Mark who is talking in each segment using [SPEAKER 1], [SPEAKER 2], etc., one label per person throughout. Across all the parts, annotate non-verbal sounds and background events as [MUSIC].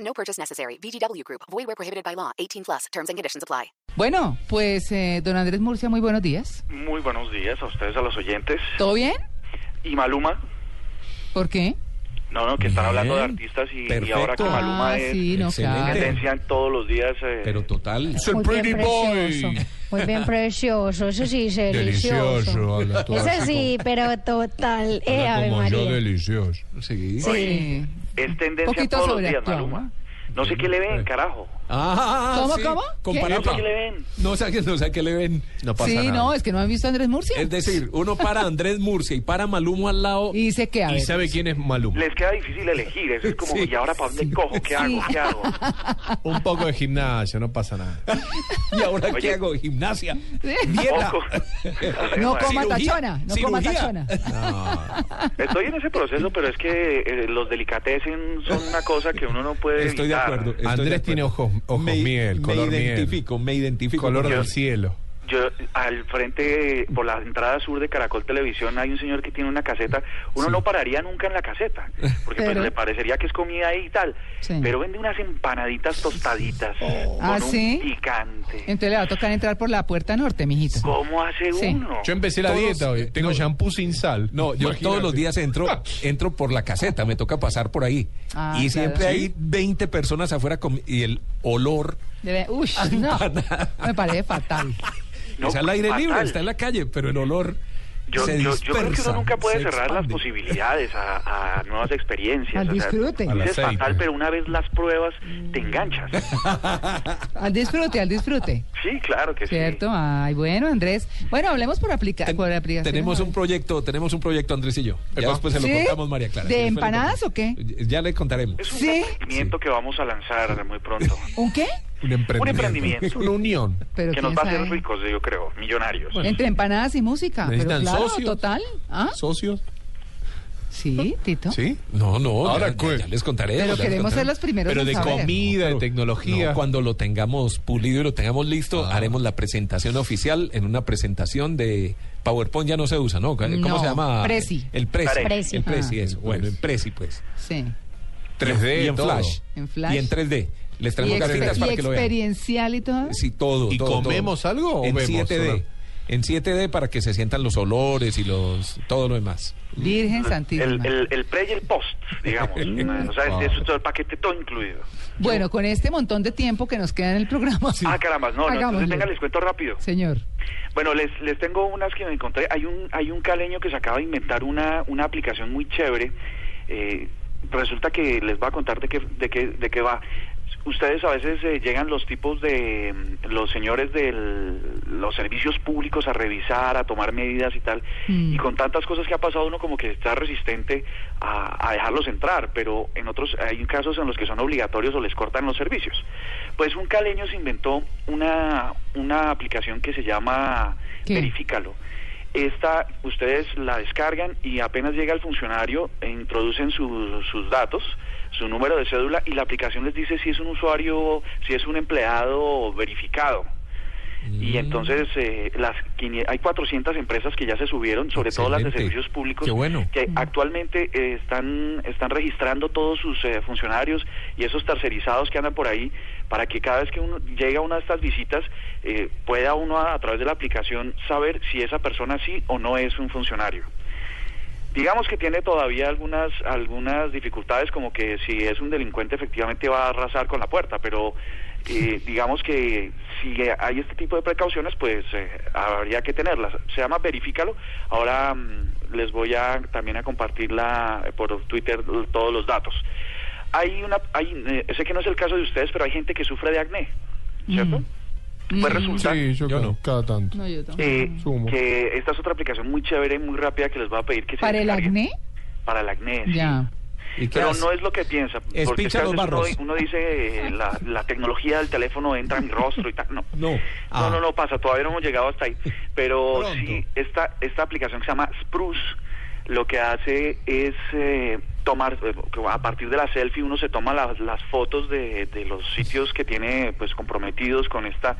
[SPEAKER 1] No purchase necessary. VGW Group. Void where prohibited by law. 18 plus. Terms and conditions apply.
[SPEAKER 2] Bueno, pues eh, don Andrés Murcia, muy buenos días.
[SPEAKER 3] Muy buenos días a ustedes, a los oyentes.
[SPEAKER 2] ¿Todo bien?
[SPEAKER 3] ¿Y Maluma?
[SPEAKER 2] ¿Por qué?
[SPEAKER 3] No, no, que están hablando de artistas y, y ahora que
[SPEAKER 4] Perfecto.
[SPEAKER 3] Maluma
[SPEAKER 2] ah,
[SPEAKER 3] es
[SPEAKER 2] sí, no,
[SPEAKER 4] Excelente.
[SPEAKER 2] claro.
[SPEAKER 3] tendencia en todos los días. eh,
[SPEAKER 4] Pero total.
[SPEAKER 5] Muy bien precioso. Muy bien precioso. Eso sí, es delicioso.
[SPEAKER 4] habla tú
[SPEAKER 5] Eso
[SPEAKER 4] así
[SPEAKER 5] sí, pero total. Eh,
[SPEAKER 4] Habla
[SPEAKER 5] Ave
[SPEAKER 4] como yo,
[SPEAKER 5] María.
[SPEAKER 4] delicioso. Sí.
[SPEAKER 2] Sí.
[SPEAKER 3] es tendencia en
[SPEAKER 2] Poquito
[SPEAKER 3] todos los días,
[SPEAKER 2] sobreactuado,
[SPEAKER 3] Maluma. No sé qué le ven, carajo.
[SPEAKER 4] Ah,
[SPEAKER 2] ¿Cómo,
[SPEAKER 4] sí,
[SPEAKER 2] cómo?
[SPEAKER 4] comparado.
[SPEAKER 3] No sé qué le ven.
[SPEAKER 4] No sé, a qué- no sé a qué le ven. No
[SPEAKER 2] sí, no, es que no han visto a Andrés Murcia.
[SPEAKER 4] Es decir, uno para Andrés Murcia y para Maluma al lado.
[SPEAKER 2] Y dice que a ver.
[SPEAKER 4] quién es Maluma.
[SPEAKER 3] Les queda difícil elegir. Eso es como,
[SPEAKER 4] Sí.
[SPEAKER 3] ¿y ahora para dónde cojo? ¿Qué hago? ¿Qué
[SPEAKER 4] [LAUGHS]
[SPEAKER 3] hago?
[SPEAKER 4] Un poco de gimnasia, no pasa nada. [LAUGHS] ¿Y ahora qué
[SPEAKER 3] Oye.
[SPEAKER 4] hago? ¿Gimnasia?
[SPEAKER 3] Poco. [LAUGHS]
[SPEAKER 2] No
[SPEAKER 3] Bueno,
[SPEAKER 2] coma
[SPEAKER 4] Cirugía,
[SPEAKER 2] tachona, no coma
[SPEAKER 4] cirugía.
[SPEAKER 2] tachona.
[SPEAKER 3] Estoy en ese proceso, pero es que eh, los delicatessen son una cosa que uno no puede
[SPEAKER 4] Estoy de
[SPEAKER 3] evitar.
[SPEAKER 4] acuerdo. estoy
[SPEAKER 6] Andrés
[SPEAKER 4] de acuerdo.
[SPEAKER 6] tiene ojos- ojos miel, color
[SPEAKER 4] me
[SPEAKER 6] miel.
[SPEAKER 4] identifico, me identifico.
[SPEAKER 6] Color
[SPEAKER 4] con
[SPEAKER 6] del
[SPEAKER 4] él.
[SPEAKER 6] cielo.
[SPEAKER 3] Yo, al frente, por la entrada sur de Caracol Televisión, hay un señor que tiene una caseta. Uno no pararía nunca en la caseta, porque pues,
[SPEAKER 2] Pero-
[SPEAKER 3] le parecería que es comida ahí y tal.
[SPEAKER 2] Sí.
[SPEAKER 3] Pero vende unas empanaditas tostaditas con
[SPEAKER 2] Ah,
[SPEAKER 3] un
[SPEAKER 2] ¿sí?
[SPEAKER 3] picante.
[SPEAKER 2] Entonces le va a tocar entrar por la puerta norte, mijito.
[SPEAKER 3] ¿Cómo hace
[SPEAKER 2] Sí.
[SPEAKER 3] uno?
[SPEAKER 6] Yo empecé la
[SPEAKER 4] Todos- eh,
[SPEAKER 6] dieta hoy. Tengo shampoo sin sal.
[SPEAKER 4] No, yo
[SPEAKER 6] Imagínate.
[SPEAKER 4] todos los días entro, entro por la caseta, me toca pasar por ahí.
[SPEAKER 2] Ah,
[SPEAKER 4] y
[SPEAKER 2] claro.
[SPEAKER 4] siempre hay
[SPEAKER 2] Sí.
[SPEAKER 4] 20 personas afuera con- y el olor.
[SPEAKER 2] Debe- Uy, no. Me parece fatal.
[SPEAKER 3] No,
[SPEAKER 4] es al aire
[SPEAKER 3] fatal.
[SPEAKER 4] libre, está en la calle, pero el olor
[SPEAKER 3] Yo,
[SPEAKER 4] se
[SPEAKER 3] yo- yo creo que
[SPEAKER 4] dispersa,
[SPEAKER 3] uno nunca puede
[SPEAKER 4] se
[SPEAKER 3] cerrar las
[SPEAKER 4] expande.
[SPEAKER 3] posibilidades a, a nuevas experiencias.
[SPEAKER 2] Al
[SPEAKER 3] O sea,
[SPEAKER 2] disfrute.
[SPEAKER 6] Al
[SPEAKER 3] dices
[SPEAKER 6] aceite.
[SPEAKER 3] fatal, pero una vez las pruebas,
[SPEAKER 2] [LAUGHS]
[SPEAKER 3] te enganchas.
[SPEAKER 2] Al disfrute, al disfrute.
[SPEAKER 3] Sí, claro que
[SPEAKER 2] ¿Cierto? Ay, bueno, Andrés. Bueno, hablemos por, aplica
[SPEAKER 4] Ten-
[SPEAKER 2] por aplicación.
[SPEAKER 4] tenemos un proyecto, tenemos un proyecto Andrés y yo. Ya
[SPEAKER 6] Epa.
[SPEAKER 4] después se lo
[SPEAKER 2] ¿Sí?
[SPEAKER 4] contamos María Clara.
[SPEAKER 2] ¿De
[SPEAKER 4] Ya después le
[SPEAKER 2] empanadas
[SPEAKER 4] contamos. Ya le contaremos.
[SPEAKER 3] sí. Es un
[SPEAKER 2] Sí.
[SPEAKER 3] emprendimiento que vamos a lanzar muy pronto.
[SPEAKER 2] ¿Un qué?
[SPEAKER 6] Un emprendimiento.
[SPEAKER 3] emprendimiento.
[SPEAKER 6] Una unión.
[SPEAKER 2] Pero
[SPEAKER 3] que nos
[SPEAKER 2] quién
[SPEAKER 3] va a hacer
[SPEAKER 2] sabe.
[SPEAKER 3] ricos, yo creo, millonarios.
[SPEAKER 2] Entre empanadas y música. Pero
[SPEAKER 6] Necesitan
[SPEAKER 2] claro,
[SPEAKER 6] socios.
[SPEAKER 2] total. ¿Ah?
[SPEAKER 6] ¿Socios?
[SPEAKER 2] Sí, Tito.
[SPEAKER 6] ¿Sí?
[SPEAKER 4] No, no,
[SPEAKER 6] Ahora,
[SPEAKER 4] ya,
[SPEAKER 6] ¿qué?
[SPEAKER 4] ya- ya les contaré.
[SPEAKER 2] Pero
[SPEAKER 4] ya les
[SPEAKER 2] queremos ser
[SPEAKER 4] contaré.
[SPEAKER 2] los primeros
[SPEAKER 6] Pero
[SPEAKER 2] en
[SPEAKER 6] de
[SPEAKER 2] saber.
[SPEAKER 6] comida, de tecnología.
[SPEAKER 4] No, cuando lo tengamos pulido y lo tengamos listo, haremos la presentación oficial en una presentación de PowerPoint ya no se usa, ¿no? ¿Cómo
[SPEAKER 2] No,
[SPEAKER 4] se llama?
[SPEAKER 2] Prezi.
[SPEAKER 4] El Prezi.
[SPEAKER 5] Prezi.
[SPEAKER 4] El Prezi,
[SPEAKER 2] Ah.
[SPEAKER 4] eso. Bueno, en Prezi, pues.
[SPEAKER 2] Sí.
[SPEAKER 6] 3D
[SPEAKER 4] y en
[SPEAKER 6] todo.
[SPEAKER 4] Flash.
[SPEAKER 2] En Flash.
[SPEAKER 4] Y en 3D. Les
[SPEAKER 2] Y,
[SPEAKER 4] traemos
[SPEAKER 2] exper-
[SPEAKER 4] gráficas
[SPEAKER 2] y
[SPEAKER 4] para que lo vean.
[SPEAKER 2] experiencial y todo.
[SPEAKER 4] Sí, todo.
[SPEAKER 6] ¿Y
[SPEAKER 4] todo, todo.
[SPEAKER 6] comemos algo o
[SPEAKER 4] En
[SPEAKER 6] vemos
[SPEAKER 4] 7D.
[SPEAKER 6] solo?
[SPEAKER 4] En 7D para que se sientan los olores y los todo lo demás.
[SPEAKER 2] Virgen Santísima.
[SPEAKER 3] Ah, El, el, el pre y el post, digamos. o sea, es, es todo el paquete todo incluido.
[SPEAKER 2] Bueno, con este montón de tiempo que nos queda en el programa.
[SPEAKER 3] Ah, caramba, no, no,
[SPEAKER 2] Hagámoslo.
[SPEAKER 3] entonces venga, les cuento rápido.
[SPEAKER 2] Señor.
[SPEAKER 3] Bueno, les, les tengo unas que me encontré. Hay un, hay un caleño que se acaba de inventar una, una aplicación muy chévere. Eh, resulta que les va a contar de qué, de qué, de qué va. Ustedes a veces eh, llegan los tipos de mm, los señores de los servicios públicos a revisar, a tomar medidas y tal,
[SPEAKER 2] Mm.
[SPEAKER 3] y con tantas cosas que ha pasado uno como que está resistente a, a dejarlos entrar, pero en otros hay casos en los que son obligatorios o les cortan los servicios. Pues un caleño se inventó una, una aplicación que se llama
[SPEAKER 2] ¿Qué?
[SPEAKER 3] Verifícalo. Esta ustedes la descargan y apenas llega el funcionario e introducen su- sus datos, su número de cédula y la aplicación les dice si es un usuario, si es un empleado verificado.
[SPEAKER 4] Mm.
[SPEAKER 3] Y entonces eh, las quinie- hay 400 empresas que ya se subieron, sobre todo las de
[SPEAKER 4] Excelente.
[SPEAKER 3] servicios públicos,
[SPEAKER 4] Qué bueno. Mm.
[SPEAKER 3] que actualmente eh, están, están registrando todos sus eh, funcionarios y esos tercerizados que andan por ahí para que cada vez que uno llega a una de estas visitas eh, pueda uno a, a través de la aplicación saber si esa persona sí o no es un funcionario. Digamos que tiene todavía algunas algunas dificultades como que si es un delincuente efectivamente va a arrasar con la puerta, pero eh, digamos que si hay este tipo de precauciones pues eh, habría que tenerlas. Se llama verifícalo. Ahora mm, les voy a también a compartir la, eh, por Twitter l- todos los datos. Hay una hay, eh, sé que no es el caso de ustedes, pero hay gente que sufre de acné, ¿cierto? Pues resulta
[SPEAKER 6] Mm. Sí, yo,
[SPEAKER 4] Yo
[SPEAKER 6] cada-
[SPEAKER 4] no.
[SPEAKER 6] cada tanto.
[SPEAKER 2] No, yo tampoco.
[SPEAKER 3] eh,
[SPEAKER 6] Sumo.
[SPEAKER 3] que esta es otra aplicación muy chévere, muy rápida que les va a pedir que se
[SPEAKER 2] ¿Para el
[SPEAKER 3] descarguen.
[SPEAKER 2] acné?
[SPEAKER 3] Para el acné, sí.
[SPEAKER 2] Ya.
[SPEAKER 4] ¿Y qué
[SPEAKER 3] Pero
[SPEAKER 4] hace?
[SPEAKER 3] no es lo que piensa.
[SPEAKER 4] Es
[SPEAKER 3] porque
[SPEAKER 4] pincha
[SPEAKER 3] que a
[SPEAKER 4] los
[SPEAKER 3] veces uno-
[SPEAKER 4] barros.
[SPEAKER 3] Uno, dice, eh, la, la tecnología del teléfono entra en mi rostro y tal. No.
[SPEAKER 4] No. Ah.
[SPEAKER 3] no, no, no pasa. Todavía no hemos llegado hasta ahí. Pero
[SPEAKER 4] Pronto.
[SPEAKER 3] sí, esta, esta aplicación que se llama Spruce lo que hace es eh, tomar, eh, a partir de la selfie uno se toma las, las fotos de, de los sitios que tiene pues comprometidos con esta,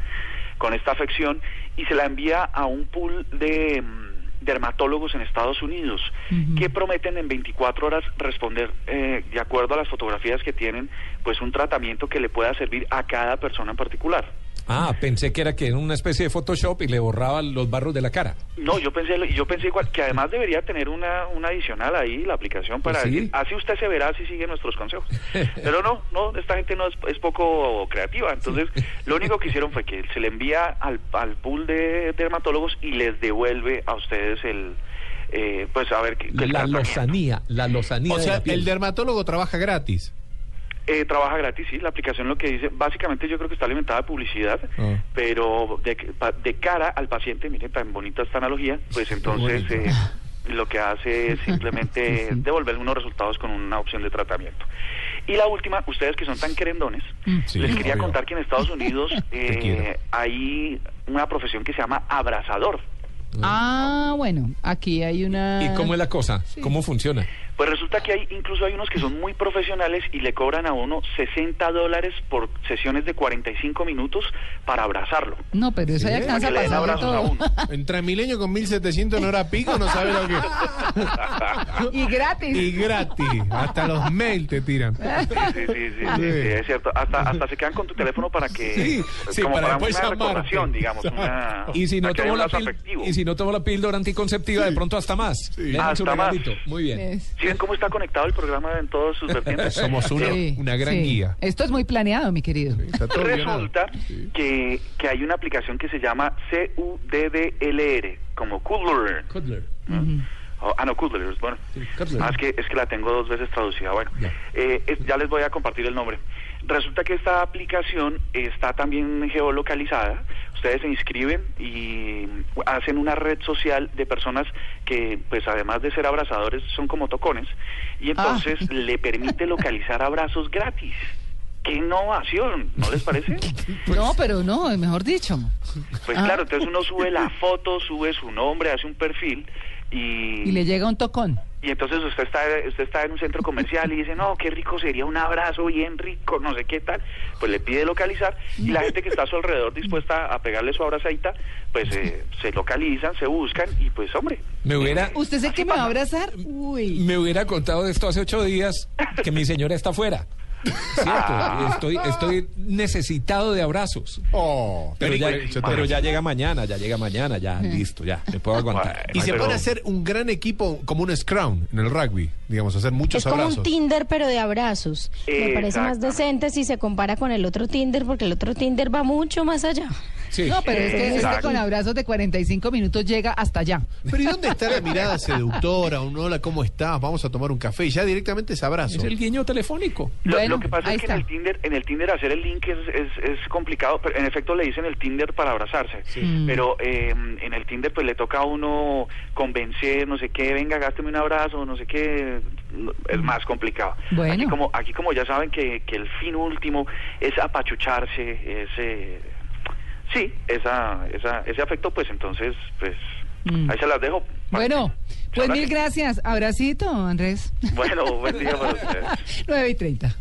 [SPEAKER 3] con esta afección y se la envía a un pool de mm, dermatólogos en Estados Unidos que prometen en 24 horas responder eh, de acuerdo a las fotografías que tienen pues un tratamiento que le pueda servir a cada persona en particular.
[SPEAKER 4] Ah, pensé que era que era una especie de Photoshop y le borraba los barros de la cara.
[SPEAKER 3] No, yo pensé, lo- yo pensé igual, que además debería tener una, una adicional ahí, la aplicación, para
[SPEAKER 4] Pues sí.
[SPEAKER 3] decir, así usted se verá si sigue nuestros
[SPEAKER 4] [LAUGHS]
[SPEAKER 3] consejos. Pero no, no, esta gente no es, es poco creativa. Entonces,
[SPEAKER 4] [LAUGHS]
[SPEAKER 3] lo único que hicieron fue que se le envía al, al pool de dermatólogos y les devuelve a ustedes el, eh, pues a ver, qué- qué
[SPEAKER 4] La
[SPEAKER 3] tratamiento.
[SPEAKER 4] lozanía, la lozanía.
[SPEAKER 6] O
[SPEAKER 4] de
[SPEAKER 6] sea,
[SPEAKER 4] la piel.
[SPEAKER 6] el dermatólogo trabaja gratis.
[SPEAKER 3] Eh, trabaja gratis, sí. La aplicación lo que dice, básicamente yo creo que está alimentada de publicidad,
[SPEAKER 6] Ah.
[SPEAKER 3] pero de, pa- de cara al paciente, mire, tan bonita esta analogía, pues entonces
[SPEAKER 4] bonito.
[SPEAKER 3] eh, lo que
[SPEAKER 6] [LAUGHS]
[SPEAKER 3] hace es simplemente devolver unos resultados con una opción de tratamiento. Y la última, ustedes que son tan querendones,
[SPEAKER 6] Mm. Sí,
[SPEAKER 3] les quería
[SPEAKER 6] obvio.
[SPEAKER 3] contar que en Estados Unidos
[SPEAKER 6] [LAUGHS]
[SPEAKER 3] eh,
[SPEAKER 6] quiero.
[SPEAKER 3] hay una profesión que se llama abrazador.
[SPEAKER 2] Ah, bueno, aquí hay una...
[SPEAKER 4] ¿Y cómo es la cosa? ¿Cómo funciona?
[SPEAKER 3] Pues resulta que hay incluso hay unos que son muy profesionales y le cobran a uno 60 dólares por sesiones de 45 minutos para abrazarlo.
[SPEAKER 2] No, pero eso ya
[SPEAKER 3] Para
[SPEAKER 2] alcanza
[SPEAKER 3] que
[SPEAKER 2] a
[SPEAKER 3] le den
[SPEAKER 2] pasar de
[SPEAKER 3] abrazos a
[SPEAKER 2] todo.
[SPEAKER 3] uno.
[SPEAKER 6] En Transmilenio con 1700 en hora pico no sabe lo que...
[SPEAKER 2] [LAUGHS] Y gratis.
[SPEAKER 6] Y gratis. Hasta los mails te tiran.
[SPEAKER 3] Sí, sí, sí, sí, sí, sí, es cierto. Hasta, hasta se quedan con tu teléfono para que.
[SPEAKER 6] Sí, sí,
[SPEAKER 3] como
[SPEAKER 6] para
[SPEAKER 3] para,
[SPEAKER 6] después
[SPEAKER 3] una
[SPEAKER 6] llamarte.
[SPEAKER 3] recordación, digamos. Una,
[SPEAKER 4] Pues, [LAUGHS] Y si no
[SPEAKER 3] para que
[SPEAKER 4] tomo
[SPEAKER 3] haya
[SPEAKER 4] la
[SPEAKER 3] un lazo
[SPEAKER 4] píldora,
[SPEAKER 3] afectivo.
[SPEAKER 4] y si no tomo la píldora anticonceptiva, de pronto hasta más. Le dejan su
[SPEAKER 3] Hasta más.
[SPEAKER 4] regalito. Muy bien.
[SPEAKER 3] ¿Sí ven cómo está conectado el programa en todos sus vertientes?
[SPEAKER 6] Somos una,
[SPEAKER 3] Eh,
[SPEAKER 2] Sí,
[SPEAKER 6] una gran
[SPEAKER 2] sí.
[SPEAKER 6] guía.
[SPEAKER 2] Esto es muy planeado, mi querido.
[SPEAKER 6] Está todo guionado.
[SPEAKER 3] Resulta que, que hay una aplicación que se llama CUDDLR, como Kudler.
[SPEAKER 4] Cutler.
[SPEAKER 3] Oh, ah, no, Kudler, bueno.
[SPEAKER 4] Sí, Kudler.
[SPEAKER 3] Ah, es que, es que la tengo dos veces traducida. Bueno,
[SPEAKER 4] Ya.
[SPEAKER 3] eh, es- ya les voy a compartir el nombre. Resulta que esta aplicación está también geolocalizada. Ustedes se inscriben y hacen una red social de personas que, pues además de ser abrazadores, son como tocones. Y entonces
[SPEAKER 2] Ah.
[SPEAKER 3] le permite localizar abrazos gratis. ¡Qué innovación! ¿No les parece?
[SPEAKER 2] No, pero no, mejor dicho.
[SPEAKER 3] Pues
[SPEAKER 2] Ah.
[SPEAKER 3] claro, entonces uno sube la foto, sube su nombre, hace un perfil y...
[SPEAKER 2] Y le llega un tocón.
[SPEAKER 3] Y entonces usted está, usted está en un centro comercial y dice, no, qué rico sería un abrazo bien rico, no sé qué tal. Pues le pide localizar y la gente que está a su alrededor dispuesta a pegarle su abrazadita, pues eh, se localizan, se buscan y pues hombre.
[SPEAKER 4] Me hubiera,
[SPEAKER 2] ¿Usted es el que me va a abrazar? Uy.
[SPEAKER 4] me hubiera contado de esto hace ocho días que mi señora está afuera.
[SPEAKER 3] Ah.
[SPEAKER 4] Cierto, estoy, estoy necesitado de abrazos.
[SPEAKER 6] Oh,
[SPEAKER 4] Pero
[SPEAKER 6] Perico,
[SPEAKER 4] ya,
[SPEAKER 6] yo te-
[SPEAKER 4] pero ya llega mañana, ya llega mañana, ya, listo, ya, me puedo aguantar.
[SPEAKER 6] Y se
[SPEAKER 3] Pero-
[SPEAKER 6] puede hacer un gran equipo como un scrum en el rugby, digamos, hacer muchos
[SPEAKER 5] es como
[SPEAKER 6] abrazos.
[SPEAKER 5] un Tinder, pero de abrazos. Me parece más
[SPEAKER 3] Exactamente.
[SPEAKER 5] decente si se compara con el otro Tinder, porque el otro Tinder va mucho más allá.
[SPEAKER 4] Sí.
[SPEAKER 2] No, pero es que este
[SPEAKER 3] Exacto.
[SPEAKER 2] con abrazos de 45 minutos llega hasta allá.
[SPEAKER 6] Pero ¿y dónde está la mirada seductora? Un hola, ¿cómo estás? Vamos a tomar un café. Y ya directamente es abrazo.
[SPEAKER 4] Es el guiño telefónico.
[SPEAKER 3] Lo,
[SPEAKER 2] Bueno,
[SPEAKER 3] lo que pasa
[SPEAKER 2] ahí
[SPEAKER 3] es que
[SPEAKER 2] está.
[SPEAKER 3] en el Tinder, en el Tinder hacer el link es, es, es complicado, pero en efecto le dicen el Tinder para abrazarse,
[SPEAKER 2] Mm.
[SPEAKER 3] pero eh, en el Tinder pues le toca a uno convencer, no sé qué, venga, gásteme un abrazo, no sé qué, no, es más complicado.
[SPEAKER 2] Bueno.
[SPEAKER 3] Aquí como, aquí como ya saben que, que el fin último es apachucharse, es, eh, sí, esa, esa, ese afecto pues entonces, pues ahí se las dejo.
[SPEAKER 2] Mm. Bueno, pues mil gracias. Abracito, Andrés. [LAUGHS]
[SPEAKER 3] Bueno, buen día para ustedes.
[SPEAKER 2] 9 y 30.